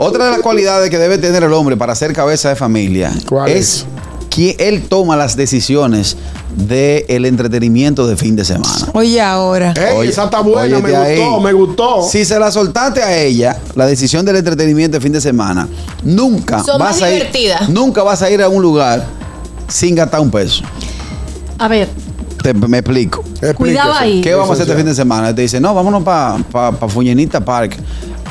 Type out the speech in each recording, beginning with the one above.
Otra de las cualidades que debe tener el hombre para ser cabeza de familia ¿Cuál es que él toma las decisiones del entretenimiento de fin de semana. Oye, ahora. Ey, Oye, esa está buena, me óyete gustó, ahí. me gustó. Si se la soltaste a ella, la decisión del entretenimiento de fin de semana, nunca Son vas más a ir, divertidas. nunca vas a ir a un lugar sin gastar un peso. A ver, Te- me explico. Explíquese. Cuidado ahí. ¿Qué vamos a hacer este fin de semana? Te dicen, no, vámonos para pa, pa Fuñenita Park.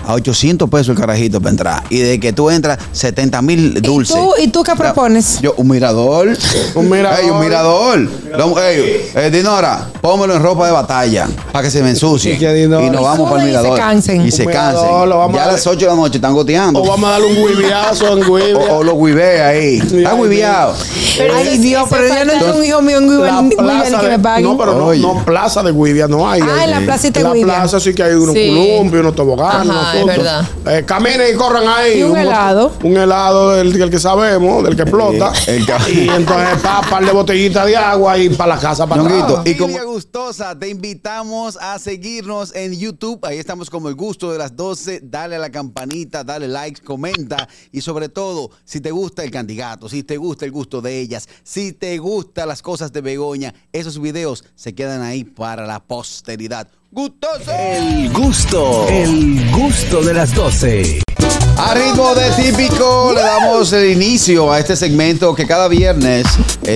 A 800 pesos el carajito para entrar. Y de que tú entras, 70 mil dulces. tú- y tú qué Ya, propones? Yo, un mirador. Un mirador. Ey, un mirador. Lo- ey, eh, Dinora, pómelo en ropa de batalla para que se me ensucie. Y que Dinora- Y nos Y vamos para suben el y se mirador. cansen. Y se Un cansen. mirador, lo vamos Ya a a las 8 de la noche están goteando. O vamos a darle un huiviazo en O, huivia. o los huivees ahí. Está Ay, huiveado. Pero Ay, eso- Dios, eso pero yo falta- no tengo un hijo mío en La Guibel ni plaza que de- me paguen. No, pero no, Oye. no, plaza de huivia no hay. ah, en la ahí. placita de la Guibel. plaza sí que hay unos Sí. columpios, unos toboganes, Ajá, unos es asuntos. verdad. Eh, caminen y corran ahí. Y un mo- helado. Un helado del, del que sabemos, del que explota. el ca- y entonces pa, par de botellitas de agua y para la casa para Ñonguito, atrás. y como gustosa, te invitamos a seguirnos en YouTube. Ahí estamos como el gusto de las 12. Dale a la campanita, dale like, comenta. Y sobre todo, si te gusta el candidato, si te gusta el gusto de ellas, si te gustan las cosas de Begoña, esos videos se quedan ahí para la posteridad. ¡Gustoso! El gusto, el gusto de las 12. A ritmo de típico le damos el inicio a este segmento que cada viernes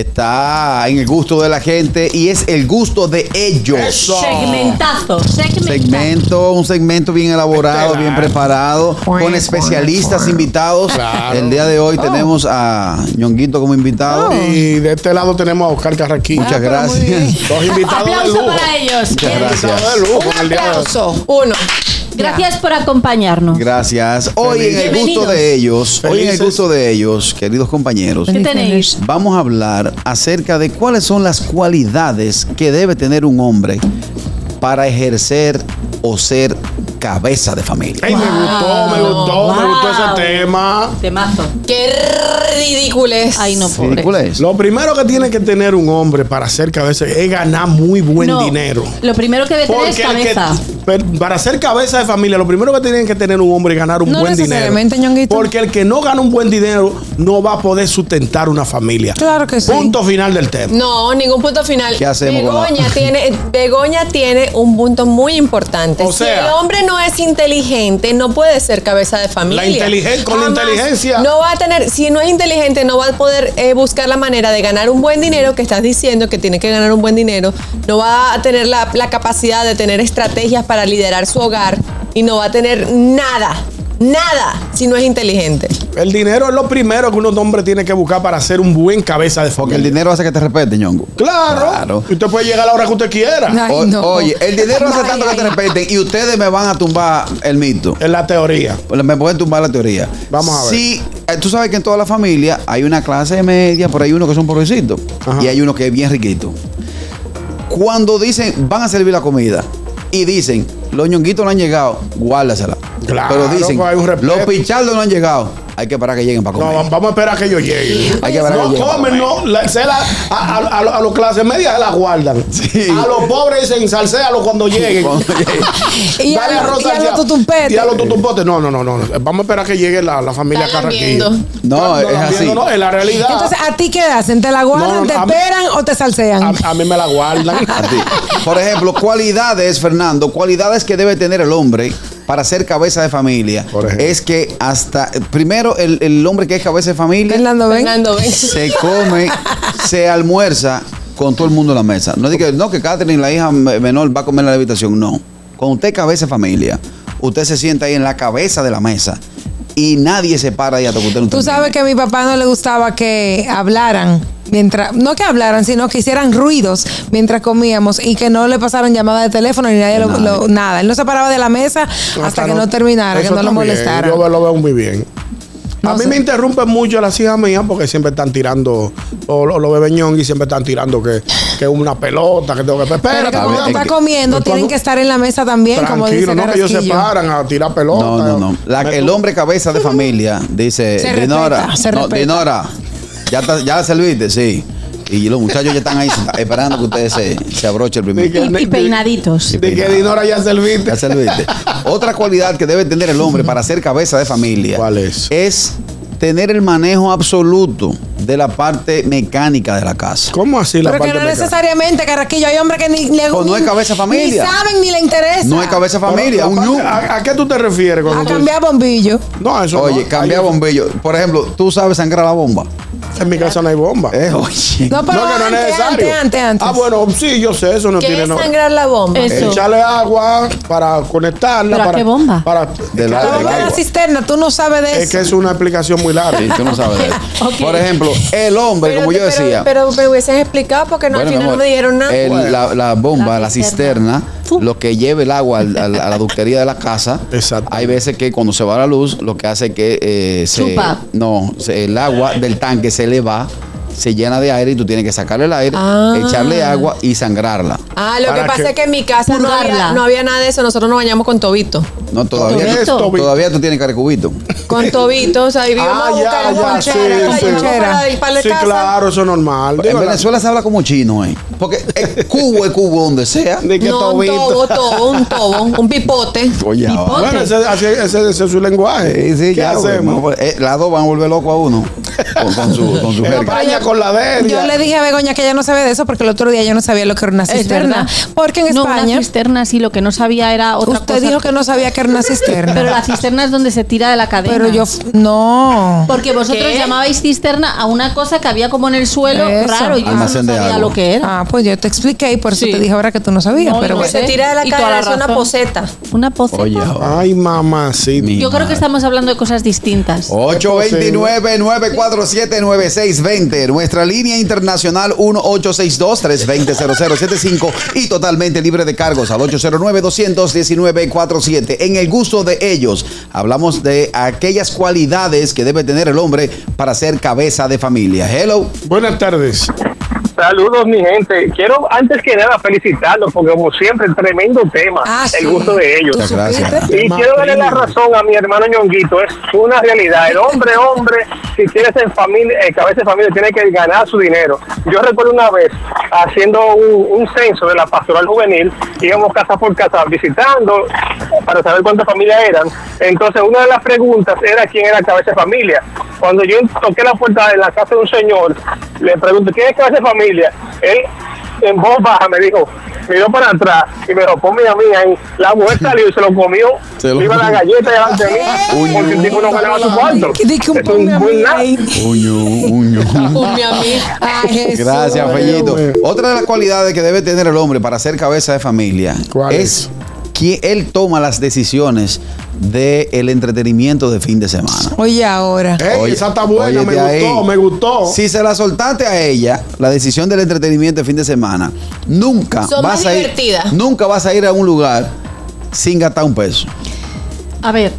está en el gusto de la gente y es el gusto de ellos. Eso. Segmentazo, Oh. segmentazo. segmento, un segmento bien elaborado, Estelar. bien preparado, con especialistas invitados. Claro. El día de Oh. hoy tenemos a Ñonguito como invitado. Y de este lado tenemos a Oscar Carraquín. Muchas ah, pero muy gracias. bien. Dos invitados de Aplauso lujo. para ellos. Uh. Muchas Eh, Bien. gracias. Invitados de lujo en el Un día de hoy. aplauso. Uno. Gracias por acompañarnos. Gracias. Hoy en el Bienvenidos. gusto de ellos, hoy en el Felices. gusto de ellos, queridos compañeros, ¿Qué tenéis? vamos a hablar acerca de cuáles son las cualidades que debe tener un hombre para ejercer o ser cabeza de familia. Ey, me gustó, me gustó, me Wow. gustó ese tema. Temazo. Qué ridiculez. Ay, no, pobre. Ridículo es. Lo primero que tiene que tener un hombre para ser cabeza es ganar muy buen No, dinero. Lo primero que debe tener es el que- cabeza. per- para ser cabeza de familia, lo primero que tienen que tener un hombre es ganar un No buen necesariamente, dinero. Ñonguito. Porque el que no gana un buen dinero no va a poder sustentar una familia. Claro que sí. Punto final del tema. No, ningún punto final. ¿Qué hacemos con la- Begoña, tiene, Begoña tiene un punto muy importante. O si sea- el hombre no es inteligente, no puede ser cabeza de familia. La inteligen- con la Jamás. inteligencia. No va a tener, si no es inteligente, no va a poder eh, buscar la manera de ganar un buen dinero, que estás diciendo que tiene que ganar un buen dinero. No va a tener la, la capacidad de tener estrategias para liderar su hogar y no va a tener nada, nada, si no es inteligente. El dinero es lo primero que un hombre tiene que buscar para ser un buen cabeza de Porque el familia. dinero hace que te respete, Ñongo. Claro. Claro. Y Usted puede llegar a la hora que usted quiera. Ay, O- no. Oye, el dinero hace Ay, tanto que ay, te ay. respeten y ustedes me van a tumbar el mito. Es la teoría. Me pueden tumbar la teoría. Vamos a ver. Sí, eh, tú sabes que en toda la familia hay una clase media, pero hay uno que son pobrecitos Ajá. y hay uno que es bien riquito. Cuando dicen, van a servir la comida y dicen, los ñonguitos no han llegado, guárdasela. Claro, pero dicen, pues hay un respeto. los pichardos no han llegado, hay que esperar que lleguen para No, comer. vamos a esperar a que yo llegue. Hay que esperar no que lleguen para comen, comer. no. La- se la- a, a- a lo- a los clases medias se la guardan. Sí. A los pobres dicen, salséalo cuando lleguen. Cuando lleguen. Y a Dale lo- arroz y a salseado. lo tutumpete. Y a los tutumpotes. No, no, no, no. no. Vamos a esperar a que llegue la, la familia Están Carraquillo. lambiendo. No, es lambiendo, así. No, es la realidad. Entonces, ¿a ti qué hacen? ¿Te la guardan, No, no, te a mí- esperan o te salsean? a, a mí me la guardan. Sí. Por ejemplo, cualidades, Fernando, cualidades que debe tener el hombre para ser cabeza de familia. Por ejemplo. Es que hasta, primero, el, el hombre que es cabeza de familia Fernando, ven. Fernando, ven. se come, se almuerza con todo el mundo en la mesa. No diga, no, que Catherine, la hija me- menor, va a comer en la habitación. No. Con usted cabeza de familia, usted se sienta ahí en la cabeza de la mesa y nadie se para ahí hasta que usted no Tú termine. sabes que a mi papá no le gustaba que hablaran. Mientras, no que hablaran, sino que hicieran ruidos mientras comíamos y que no le pasaran llamadas de teléfono ni nadie lo, lo- nada. Él no se paraba de la mesa hasta, que no, terminara, que Eso no lo está bien. molestara. Yo lo veo muy bien. a No mí sé. me interrumpen mucho las hijas mías porque siempre están tirando, o lo- los bebés ñongui siempre están tirando que que una pelota, que tengo que... Pero Espérate, que cuando ver, está es que- comiendo, Pues tienen cuando- que estar en la mesa también, como dice Tranquilo, no que ellos se Carrasquillo. paran a tirar pelota. No, no, no. La- Me- el hombre cabeza de familia dice, Se Dinora, respeta, se no, respeta". Dinora, ¿ya, te- ya la serviste? Sí. Y los muchachos ya están ahí senta- esperando que ustedes se, se abrochen el primer. Y, y peinaditos. De que Dinora ya serviste. Ya serviste. Otra cualidad que debe tener el hombre para ser cabeza de familia. ¿Cuál es? Es tener el manejo absoluto de la parte mecánica de la casa. ¿Cómo así la Pero que parte no mecánica? necesariamente, Carraquillo. Hay hombres que ni le Pues no hay ni- cabeza familia. Ni saben ni le interesa. No hay cabeza familia, Pero un la ñu. parte- ¿A, a qué tú te refieres cuando A tú- cambiar bombillo. No, eso Oye, no. cambia Ahí- bombillo. Por ejemplo, tú sabes sangrar la bomba. En mi casa no hay bomba. Eh, oye. No, pero no, que no es antes, necesario. antes, antes, antes. Ah, bueno, sí, yo sé, eso no ¿Qué tiene es no- sangrar la bomba? Eso. Echarle agua para conectarla. ¿Pero a para, qué bomba? Para, De la- La de bomba de la cisterna, tú no sabes de es eso. que es una explicación muy larga. Sí, tú no sabes de eso. Ok. Por ejemplo, el hombre, como yo decía. Pero, pero me hubiesen explicado porque no, Bueno, al mi final no amor, me dijeron eh, nada. el- la, la bomba, la, La cisterna, cisterna. Fu. lo que lleva el agua al- al- a la ductería de la casa. Exacto. Hay veces que cuando se va la luz, lo que hace que eh, se, Chupa. no, se- el agua del tanque se le va, se llena de aire y tú tienes que sacarle el aire, Ah. echarle agua y sangrarla. Ah, lo que ¿Para pasa qué? es que en mi casa no había, Purgarla. no había nada de eso. Nosotros nos bañamos con tobito. No todavía. ¿Qué es Tobito. Tobi? Todavía tú tienes caricubito. Con tobito, o sea, vivíamos Ah, a buscar ya, ya, la sí, lonchera, la sí. llevamos para el palo de Sí, casa. claro, eso es normal. En Digo, la- Venezuela se habla como chino, ¿eh? Porque es cubo es cubo donde sea. de que No, un tobito. tobo, tobo, un tobo, un pipote. Oye, Y ahora. Bueno, ese, así- ese- ese es su lenguaje. Sí, sí, ¿Qué ya, hacemos? bueno, eh, las dos van a volver loco a uno con, con su, con su España jerga. con la de Yo le dije a Begoña que ella no sabe de eso porque el otro día yo no sabía lo que era una cisterna. verdad. Porque en no, España una cisterna sí, lo que no sabía era otra usted cosa. dijo que no sabía que era una cisterna. Pero la cisterna es donde se tira de la cadena. Pero yo f- no. Porque vosotros ¿Qué? llamabais cisterna a una cosa que había como en el suelo Eso. raro y yo no Almacén de sabía agua. lo que era. Ah, pues yo te expliqué y por eso Sí. te dije ahora que tú no sabías. No, pero pues, yo Que se sé. bueno. tira de la Y toda cadera, la es una razón. poseta. Una poceta. Oye, ahora. Ay, mamacita. Mi yo creo madre. que estamos hablando de cosas distintas. Oh. 829-947-9620. Nuestra línea internacional 1862-320-0075 y totalmente libre de cargos al 809-219-47. En el gusto de ellos, hablamos de aquellas cualidades que debe tener el hombre para ser cabeza de familia. Hello. Buenas tardes. Saludos, mi gente. Quiero, antes que nada, felicitarlos, porque como siempre, tremendo tema, Ah, sí. el gusto de ellos. ¿Tú Muchas gracias. supiste? Y Tema quiero darle la premium. razón a mi hermano Ñonguito, es una realidad. El hombre, hombre, si quieres en familia, eh, cabeza de familia, tiene que ganar su dinero. Yo recuerdo una vez haciendo un, un censo de la pastoral juvenil, íbamos casa por casa visitando para saber cuántas familias eran. Entonces, una de las preguntas era quién era cabeza de familia. Cuando yo toqué la puerta de la casa de un señor, le pregunté quién es cabeza de familia. Él en voz baja me dijo, miró para atrás y me dijo, ponme a mí ahí. La mujer salió y se lo comió. Se lo Iba la comió. este galleta delante de mí. Uy, porque el tipo no ganaba su cuarto. Ay, di que un Es un ponme a mí buen lado. ahí. Uño, uño. Mi amigo. Ay, Jesús. Gracias, Fellito. hombre. Otra de las cualidades que debe tener el hombre para ser cabeza de familia ¿Cuál es que él toma las decisiones del entretenimiento de fin de semana. Oye, ahora. Ey, Oye, esa está buena, me óyete gustó, ahí. me gustó. Si se la soltaste a ella, la decisión del entretenimiento de fin de semana, nunca Son vas más a ir, divertidas. nunca vas a ir a un lugar sin gastar un peso. A ver,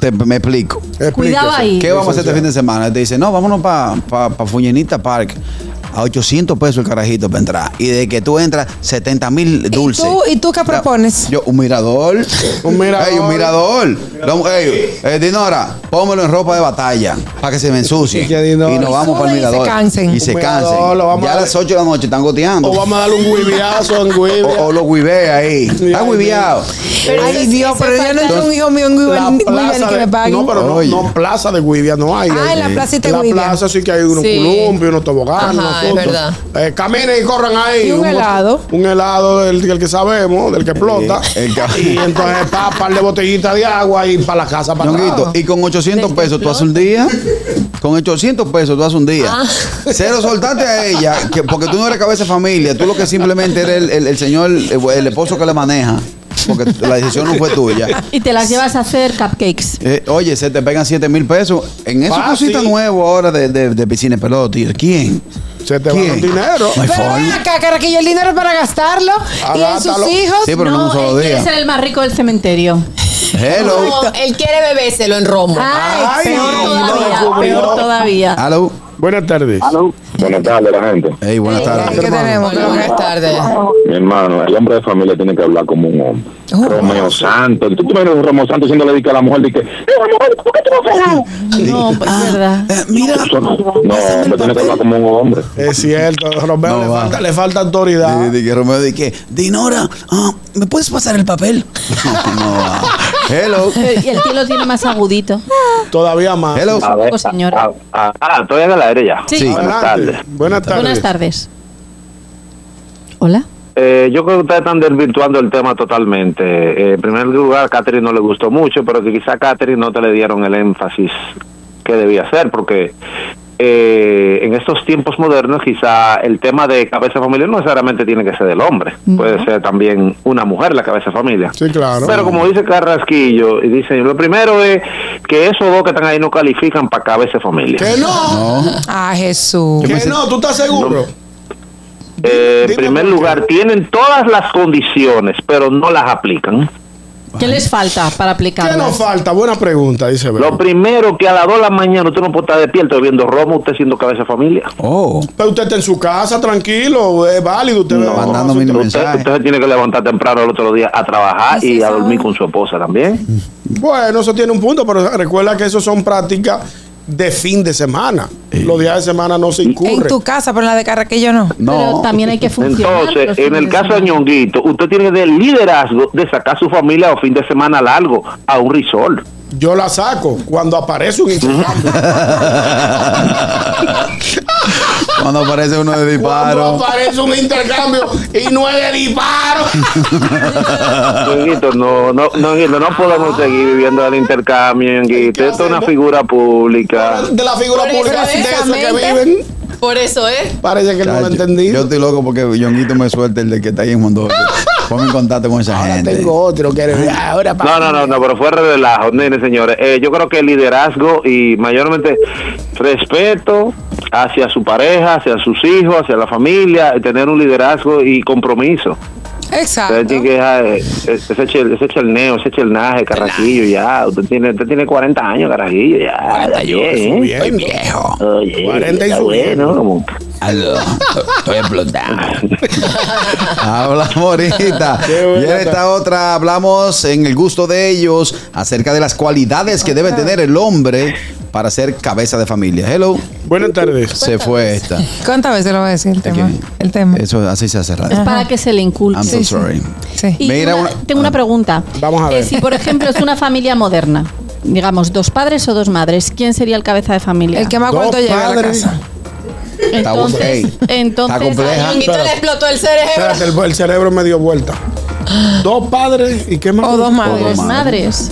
Te- me explico. Explíquese. Cuidado ahí. ¿Qué vamos a hacer este fin de semana? Te dice, no, vámonos para pa, pa Fuñenita Park. A 800 pesos el carajito para entrar. Y de que tú entras, 70 mil dulces. tú- y tú qué Ya, propones? Yo, un mirador. Un mirador. Ey, un mirador. Lo- ey, eh, Dinora, pómelo en ropa de batalla para que se me ensucie. Y que Dinora- Y nos vamos para el Y se mirador. cansen. Y se Un mirador, lo cansen. vamos Ya a a- las 8 de la noche están goteando. O vamos a darle un huiviazo en O, huivia. o lo huivea ahí. Está Ay, huiveado. Ay, Dios, pero yo no tengo un hijo mío en La Guiban- Guiban plaza que de- me pague. no, pero no, Oye. no, plaza de Guivia no hay. Ah, en la Eh, placita de En Guivia. La plaza sí que hay unos Sí. columpios, unos toboganes, Ajá, unos es cosas. Eh, caminen y corran ahí. Y un helado. Un helado del, del que sabemos, del que explota. el ca- y entonces está par de botellitas de agua y para la casa para Ñonguito, y con 800 pesos tú haces un día. Con 800 pesos tú haces un día. Cero, soltate a ella, que- porque tú no eres cabeza de familia. Tú lo que simplemente eres el, el- el señor, el, el esposo que la maneja. Porque la decisión no fue tuya. y te las llevas a hacer cupcakes. Eh, oye, se te pegan 7 mil pesos. En esa Fácil. cosita nueva ahora de, de, de piscina de pelota. tío, ¿Quién? Se te va ¿Quién? el dinero. No hay Pero ven forma. acá, Carraquillo, el dinero es para gastarlo Ah, y en sus Agátalo. hijos. Sí, pero no, un solo él quiere día. ser el más rico del cementerio. Hello. No, él quiere bebérselo en Roma. Ay, Ay, peor no, todavía. no, no. peor todavía. Hello. Buenas tardes. Buenas tardes, la gente. Hey, buenas Ay, ¿Qué tardes. tenemos? Bueno, buenas tardes. Mi hermano, el hombre de familia tiene que hablar como un hombre. Oh. Romeo Santos. ¿Tú te imaginas un Romeo Santos diciéndole dice, a la mujer? Dice, "Eh, mujer, ¿por qué tú no fregas?" No, pues es verdad. Eh, mira, Eso No, no, hombre, tiene que hablar como un hombre. Es cierto, Romeo No le, va. falta, le falta autoridad. Di- di que Romeo di que, Dinora, ah, ¿me puedes pasar el papel? No, va. Hello. Pero- Y el tío lo tiene más agudito. Todavía más. Hello. A ver, Poco, señor. Ah, ah, ah, todavía en el aire ya. Sí. Sí. Buenas Adelante. tardes. Buenas tardes. Buenas tardes. Hola. Eh, yo creo que ustedes están desvirtuando el tema totalmente. Eh, en primer lugar, a Catherine no le gustó mucho, pero que quizá a Catherine no te le dieron el énfasis que debía ser, porque eh, en estos tiempos modernos quizá el tema de cabeza de familia no necesariamente tiene que ser del hombre, puede ser también una mujer la cabeza de familia. Sí, claro. Pero como dice Carrasquillo, y dice, lo primero es que esos dos que están ahí no califican para cabeza de familia. Que no, No. Ah, Jesús. que no, tú estás seguro. Eh, en Dime primer por qué. lugar, tienen todas las condiciones, pero no las aplican. ¿Qué les falta para ¿Qué aplicarlo? nos falta? Buena pregunta, dice Bel. Lo primero que a las 2 de la mañana usted no puede estar despierto bebiendo romo, usted siendo cabeza de familia. Oh, Pero usted está en su casa, tranquilo, es válido. Usted No, ve- mandando mil Usted, mensajes. usted se tiene que levantar temprano el otro día a trabajar Y si y a sabe. dormir con su esposa también. Bueno, eso tiene un punto, pero recuerda que eso son prácticas de fin de semana. Los días de semana no se En incurre. tu casa, pero en la de Carraquillo no. Pero no. también hay que funcionar. los Entonces, en el fines caso de semana. Ñonguito, usted tiene el liderazgo de sacar a su familia a fin de semana largo a un resort. Yo la saco cuando aparece un intercambio. Cuando aparece uno de disparo. Cuando aparece un intercambio y no es de disparo. Ñonguito, no, no, no, Ñonguito, no podemos seguir viviendo el intercambio, Ñonguito. ¿Qué Esto es una hacemos? figura pública. de la figura Por eso, pública de eso que precisamente. viven. Por eso ¿eh? es. Parece que él no lo ha Chacho, Yo entendido. estoy loco porque Yonguito me suelta el de que está ahí en Mondoro. Ponme en contacto con esa Ahora gente. tengo otro que ahora No, no, no, no, pero fue relajo, nene, señores. Eh, yo creo que el liderazgo y mayormente respeto hacia su pareja, hacia sus hijos, hacia la familia, y tener un liderazgo y compromiso. Usted Exacto. tiene que dejar eh, ese, chel- ese chelneo, ese chelnaje, carajillo, ya. Usted tiene, usted tiene 40 años, carajillo, ya. ya, ¿eh? Bien, Viejo. Oye, 40 y está subiendo. bueno, como- Aló, estoy explotado. Hablamos ahorita. Qué buena Y en esta otra hablamos en el gusto de ellos acerca de las cualidades que debe tener el hombre para ser cabeza de familia. Hello. Buenas tardes. Se fue esta. ¿Cuántas veces lo voy a decir el tema? Aquí. El tema. Eso así se hace Es radio. para que se le I'm inculque. so sorry. Sí. Y Mira, una- una- tengo una pregunta. Vamos a Eh, ver. si, por ejemplo, es una familia moderna, digamos, dos padres o dos madres, ¿quién sería el cabeza de familia? El que más Dos cuarto llega a la padres. casa. Está bu- Entonces, ey, entonces está compleja. Ñonguito le explotó el cerebro. Espérate, el, el cerebro me dio vuelta. Dos padres y qué más. O dos hay madres. dos madres.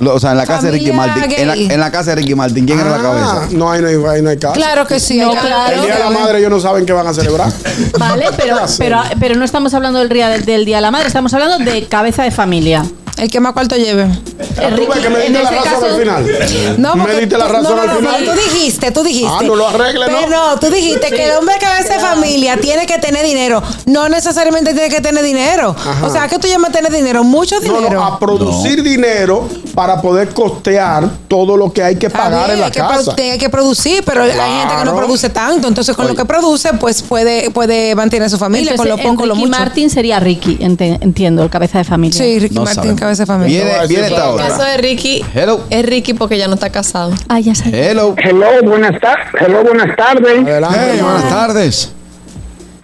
Lo- o sea, en la casa de Ricky Familia Martin. En la, gay. en la casa de Ricky Martin, ¿quién era la Ah, cabeza? No, ahí no hay, ahí no hay caso. Claro que sí. No, hay que- claro. El día de la madre ellos no saben qué van a celebrar. Pues Vale, pero, pero, pero no estamos hablando del día, del día de la madre, estamos hablando de cabeza de familia. El que más cuarto lleve. Tú ves que me en diste la ese razón caso- al final. No, me porque diste la tú- razón no, al no, no, final. Tú dijiste, tú dijiste. Ah, no lo arregles, ¿no? Pero tú dijiste que el hombre cabeza de familia tiene que tener dinero. No necesariamente tiene que tener dinero. Ajá. O sea, que tú llamas tener dinero, mucho No, dinero. no, a producir dinero para poder costear todo lo que hay que Está pagar bien, en la hay que casa. produ- tiene que producir, pero hay gente que no Claro. produce tanto. Entonces, con lo que produce, pues puede, puede mantener a su familia con lo Entonces, poco, lo Ricky mucho. Martin sería Ricky, ente- entiendo, el cabeza de familia. Sí, Ricky No Martin, sabemos. cabeza de familia. Viene, viene Pero esta El caso otra. de Ricky Hello. es Ricky porque ya no está casado. Ah, ya sé. Hello. Hello, buenas, tardes. Hello, buenas tardes. Adelante. Hey, buenas tardes.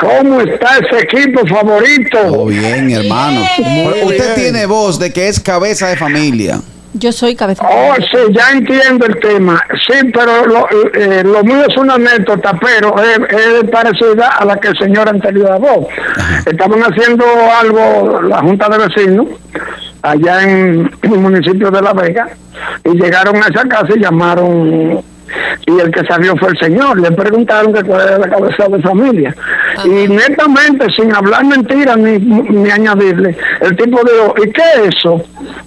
¿Cómo está ese equipo Todo favorito? bien, hermano. Pero Usted bien. tiene voz de que es cabeza de familia. Yo soy cabeza de Oh, familia. sí, ya entiendo el tema. Sí, pero lo, eh, lo mío es una anécdota, pero es, es parecida a la que el señor anterior habló. Estaban haciendo algo la Junta de Vecinos allá en el municipio de La Vega y llegaron a esa casa y llamaron y el que salió fue el señor. Le preguntaron que cuál era la cabeza de familia. Y netamente, sin hablar mentiras ni, ni añadirle, el tipo dijo, ¿y qué es eso?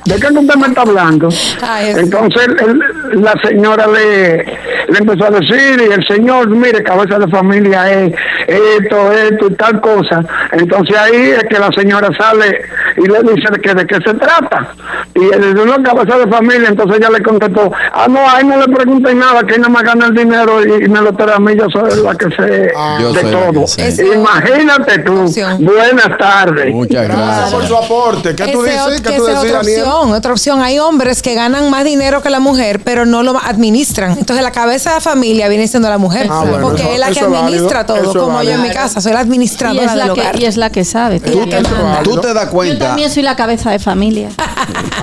¿De qué usted me está hablando? Ah, Entonces él- él- la señora le, le empezó a decir, y el señor, mire, cabeza de familia es esto, esto y tal cosa. Entonces ahí es que la señora sale y le dice de qué, de qué se trata. Y él dice, no, cabeza de familia, entonces ella le contestó, ah, no, ahí no le pregunten nada, que ahí nada más gana el dinero y, y me lo trae a mí, yo soy la que sé Ah. Yo de soy la que todo. sé. Imagínate tú. Buenas tardes. Muchas Gracias por su aporte. ¿Qué tú Ese dices? ot- ¿Qué que tú esa es dices, otra Daniel? opción, otra opción. Hay hombres que ganan más dinero que la mujer, pero no lo administran. Entonces la cabeza de la familia viene siendo la mujer, Ah, bueno, porque eso- es la que eso es administra válido, todo, eso es como yo en mi válido. casa, soy la Y administradora es del la, hogar. que, y es la que sabe. tía, que manda. Oh, Tú te das Yo cuenta. Ah, también soy la cabeza de familia.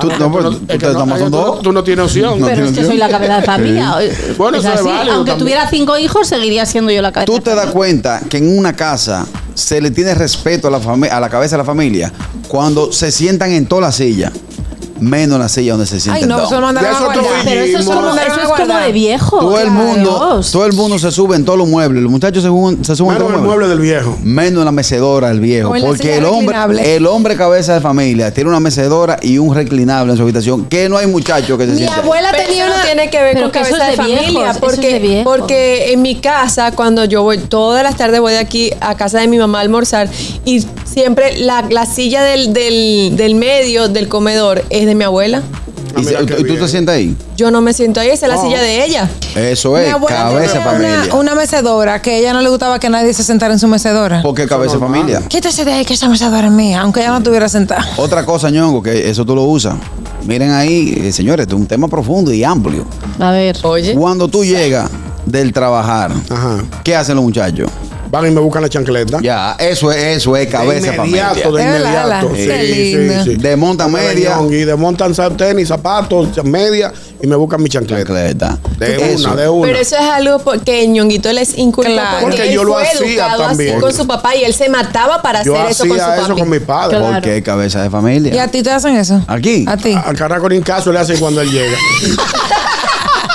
Tú, no, pues, tú- ustedes estamos son dos. Tú no tienes opción. No Pero tiene es que opción. soy la cabeza de familia. Bueno, Es eso es así. válido Aunque también. tuviera cinco hijos, seguiría siendo yo la cabeza. Tú te das cuenta que en una casa se le tiene respeto a la, fami- a la cabeza de la familia cuando se sientan en toda la silla, menos la silla donde se sienten Ay, no, dos. eso lo mandaron De a eso tú guardar. Pero eso es Mismo. como, Mandaron eso a es como guardar. de viejo. Todo el Claro. mundo, todo el mundo se sube en todos los muebles. Los muchachos se, ju- se suben en Menos todos el los mueble muebles. del viejo. Menos la mecedora el viejo. O en la Porque silla el hombre, reclinable. el hombre cabeza de familia tiene una mecedora y un reclinable en su habitación. Que no hay muchacho que se Mi siente. ahí. abuela Pero tenía eso no una... tiene que ver Pero con que eso cabeza de, es de viejos, familia, eso es de porque, viejos. porque en mi casa, cuando yo voy todas las tardes, voy de aquí a casa de mi mamá a almorzar y siempre la, la silla del, del, del medio del comedor es de mi abuela. Y, se- Ah, mira qué y tú te bien. sientas ahí. Yo no me siento ahí, esa es la silla de ella. Eso Mi es, abuela cabeza de tenía familia. una, una mecedora que a ella no le gustaba que nadie se sentara en su mecedora. Porque cabeza de normal. familia. Quítese de ahí que esa mecedora es mía, aunque ella no estuviera sentada. Otra cosa, ñongo, que eso tú lo usas. Miren ahí, eh, señores, esto es un tema profundo y amplio. A ver. Oye, Cuando tú llegas del trabajar, Ajá. ¿qué hacen los muchachos? Van y me buscan la chancleta. Ya, eso es, eso es cabeza de de inmediato, familia. de Es verdad, inmediato. es verdad. Qué lindo. Desmontan Una media. Y desmontan zap- tenis, zapatos, media y me buscan mi chancleta. Chancleta. De Eso. una, de una. pero eso es algo por- que Ñonguito les inculcó Claro. porque, Porque él yo lo fue hacía educado también. así con su papá y él se mataba para Yo hacer eso con su hacía eso papi. con mi padre. Claro. ¿Por qué cabeza de familia? ¿Y a ti te hacen eso? Aquí. A ti. Al carajo ni caso le hacen cuando él llega.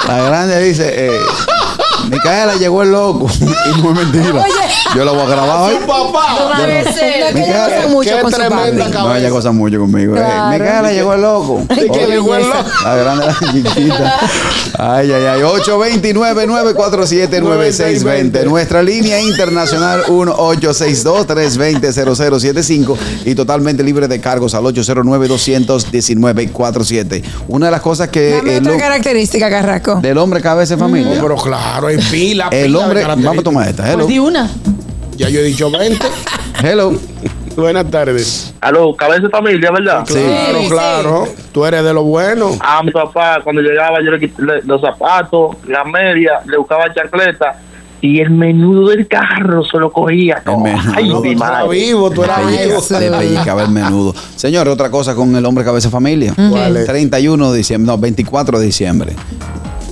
La grande dice, eh, Micaela llegó el loco. y no es mentira. Yo la voy a grabar ¿eh? hoy. papá. Yo la- No, que ella Micaela, goza mucho qué con su tremenda padre. No, ella cabeza. goza mucho conmigo. eh. Claro. Micaela llegó el loco. Y que llegó el loco. La grande la chiquita. Ay, ay, ay. 829-947-9620. Nuestra línea internacional 1-862-320-0075 y totalmente libre de cargos al 809-219-47. Una de las cosas Eh, que Dame el otra hom- característica, Carrasco. del hombre cabeza de familia. Pero claro, hay pila. El pila de hombre, vamos a características. tomar esta. Hello. Pues di una. Ya yo he dicho 20. Hello. Buenas tardes. Aló, cabeza de familia, ¿verdad? Sí. Claro, sí. claro. Tú eres de lo bueno. Ah, A mi papá, cuando llegaba, yo le quitaba los zapatos, la media, le buscaba chancleta y el menudo del carro se lo cogía. El menudo. Ay, No, mi tú eras madre. vivo, tú eras vivo. Pellica, de pellicaba el menudo. Señor, otra cosa con el hombre cabeza de familia. ¿Cuál es? 31 de diciembre, no, 24 de diciembre.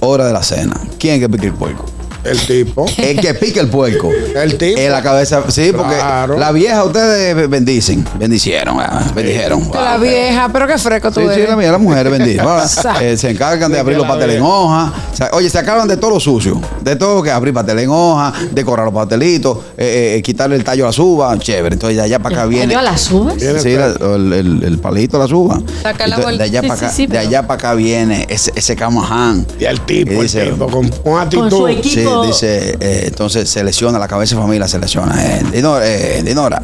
Hora de la cena. ¿Quién es que pica el puerco? El tipo. El que pica el puerco. El tipo. Es la cabeza. Sí, porque Claro. la vieja ustedes bendicen. Bendicieron. ah, Bendijeron. Tú Ah, la ok. vieja, pero qué fresco tú Sí, sí, eres. la mía, las mujeres benditas. Ahora, Exacto. eh, se encargan de Sí, abrir que los la pasteles en vea. hoja. O sea, oye, se acaban de todo lo sucio. De todo lo que es abrir pastel en hoja, decorar los pastelitos, eh, eh, quitarle el tallo a las uvas. Chévere. Entonces, de allá para acá viene. ¿Yo a las uvas? Viene Sí, el la- el, el- el palito de la suba. Saca la Entonces, de bolsa. allá Sí, para sí, acá, sí, de pero- allá para acá viene ese, ese camaján. Y el tipo, Y el dice- tipo, con, con actitud. Con su equipo. Sí, dice, eh, entonces se lesiona la cabeza de familia, se lesiona. Eh, Dinora, eh, Dinora,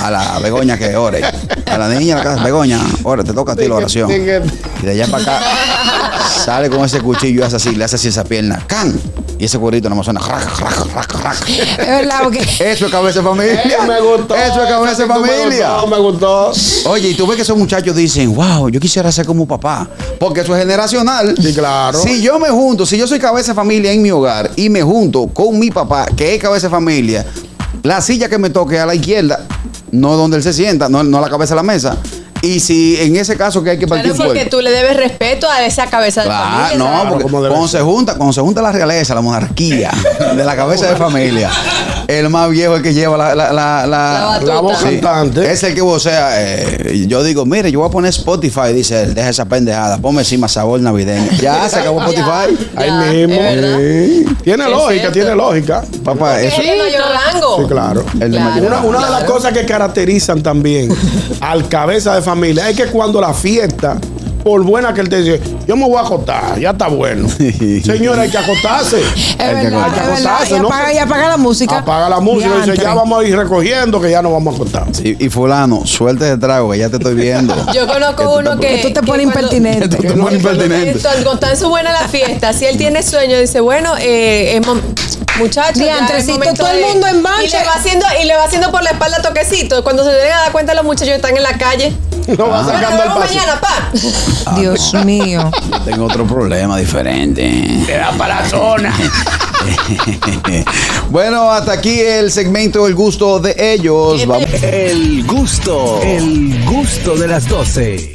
a la Begoña que ore. A la niña, de la casa, Begoña, ahora te toca a ti la oración. Y de allá para acá sale con ese cuchillo y hace así, le hace así esa pierna. ¡Can! Y ese cuerito no más suena. rac, rac, rac, rac. Es verdad, porque Eso es cabeza de familia. Eh, me gustó. Eso es cabeza de Esa actitud familia. Me gustó, me gustó. Oye, y tú ves que esos muchachos dicen, wow, yo quisiera ser como papá. Porque eso es generacional. Sí, claro. Si yo me junto, si yo soy cabeza de familia en mi hogar y me junto con mi papá, que es cabeza de familia, la silla que me toque a la izquierda, no donde él se sienta, no, no la cabeza de la mesa. Y si en ese caso que hay que partir Claro, porque puerco. tú le debes respeto a esa cabeza de Claro, familia. no, ¿sabes? Claro, porque como debe cuando ser. se, junta, cuando se junta la realeza, la monarquía de la cabeza de familia, El más viejo es el que lleva la, la, la, la, La voz Sí. cantante. Es el que vocea. eh, yo digo, mire, yo voy a poner Spotify. Dice él, deja esa pendejada. Ponme encima sabor navideño. Ya se acabó Spotify. Ahí mismo. Sí. Tiene Es lógica, cierto. tiene lógica. Papá, Es eso. el de mayor rango. Sí, claro. El de Claro. mayor- Una, una de las cosas que caracterizan también al cabeza de familia es que cuando la fiesta, por buena que él te dice, yo me voy a acostar, ya está bueno. Señora, hay que acostarse. Es Hay que verdad, acostarse, es verdad. Y ¿no? apaga, y apaga la música. Apaga la música y dice, Diantre. ya vamos a ir recogiendo que ya nos vamos a acostar. Y, y fulano, suelta ese trago que ya te estoy viendo. Yo conozco tú uno te- que. Que tú te pones cuando- impertinente. Esto es muy impertinente. Cuando, cuando está en su buena la fiesta, si él tiene sueño, dice, bueno, eh, es mom- muchachos, ya Diantrecito, es momento todo el de- mundo en Y bancha. le va haciendo, y le va haciendo por la espalda toquecito. Cuando se vienen a dar cuenta, los muchachos están en la calle. No Ah. va Bueno, nos sacando el vemos paso. mañana, pa. Dios mío. Yo tengo otro problema diferente. Te da para la zona. bueno, hasta aquí el segmento El gusto de ellos. Vamos. El gusto, el gusto de las 12.